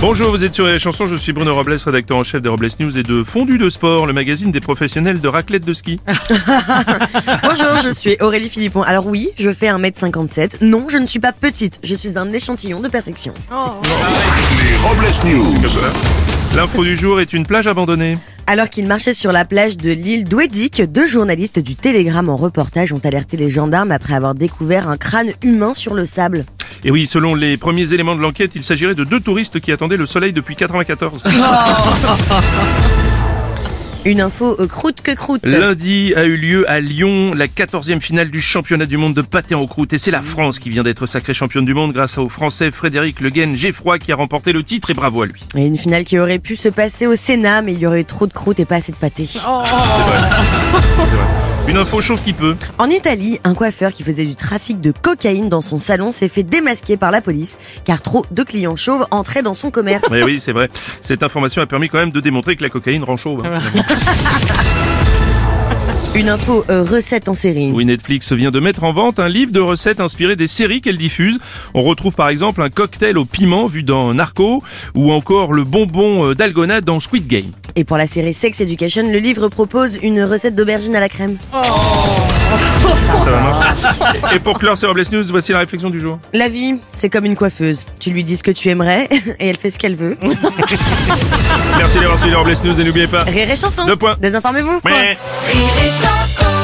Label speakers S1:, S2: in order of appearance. S1: Bonjour, vous êtes sur les chansons, je suis Bruno Robles, rédacteur en chef des Robles News et de Fondu de Sport, le magazine des professionnels de raclette de ski.
S2: Bonjour, je suis Aurélie Philippon. Alors oui, je fais 1m57. Non, je ne suis pas petite. Je suis un échantillon de perfection.
S3: Les Robles News.
S1: L'info du jour est une plage abandonnée.
S2: Alors qu'ils marchaient sur la plage de l'île d'Ouedic, deux journalistes du Télégramme en reportage ont alerté les gendarmes après avoir découvert un crâne humain sur le sable.
S1: Et oui, selon les premiers éléments de l'enquête, il s'agirait de deux touristes qui attendaient le soleil depuis 94.
S2: Une info euh, croûte que croûte.
S1: Lundi a eu lieu à Lyon la 14e finale du championnat du monde de pâté en croûte et c'est la France qui vient d'être sacrée championne du monde grâce au français Frédéric Le Guen Geffroy qui a remporté le titre et bravo à lui.
S2: Et une finale qui aurait pu se passer au Sénat, mais il y aurait eu trop de croûte et pas assez de pâté.
S1: Une info chauve qui peut.
S2: En Italie, un coiffeur qui faisait du trafic de cocaïne dans son salon s'est fait démasquer par la police car trop de clients chauves entraient dans son commerce.
S1: Mais oui, c'est vrai. Cette information a permis quand même de démontrer que la cocaïne rend chauve. hein.
S2: Une info euh, recette en série.
S1: Oui, Netflix vient de mettre en vente un livre de recettes inspirées des séries qu'elle diffuse. On retrouve par exemple un cocktail au piment vu dans Narco ou encore le bonbon euh, d'Algona dans Squid Game.
S2: Et pour la série Sex Education, le livre propose une recette d'aubergine à la crème.
S1: Et pour clore ce Robles News, voici la réflexion du jour.
S2: La vie, c'est comme une coiffeuse. Tu lui dis ce que tu aimerais et elle fait ce qu'elle veut.
S1: Merci d'avoir suivi les Robles News et n'oubliez pas...
S2: Rire et chanson.
S1: Deux points.
S2: Désinformez-vous.
S1: Ouais.
S4: Rire et chanson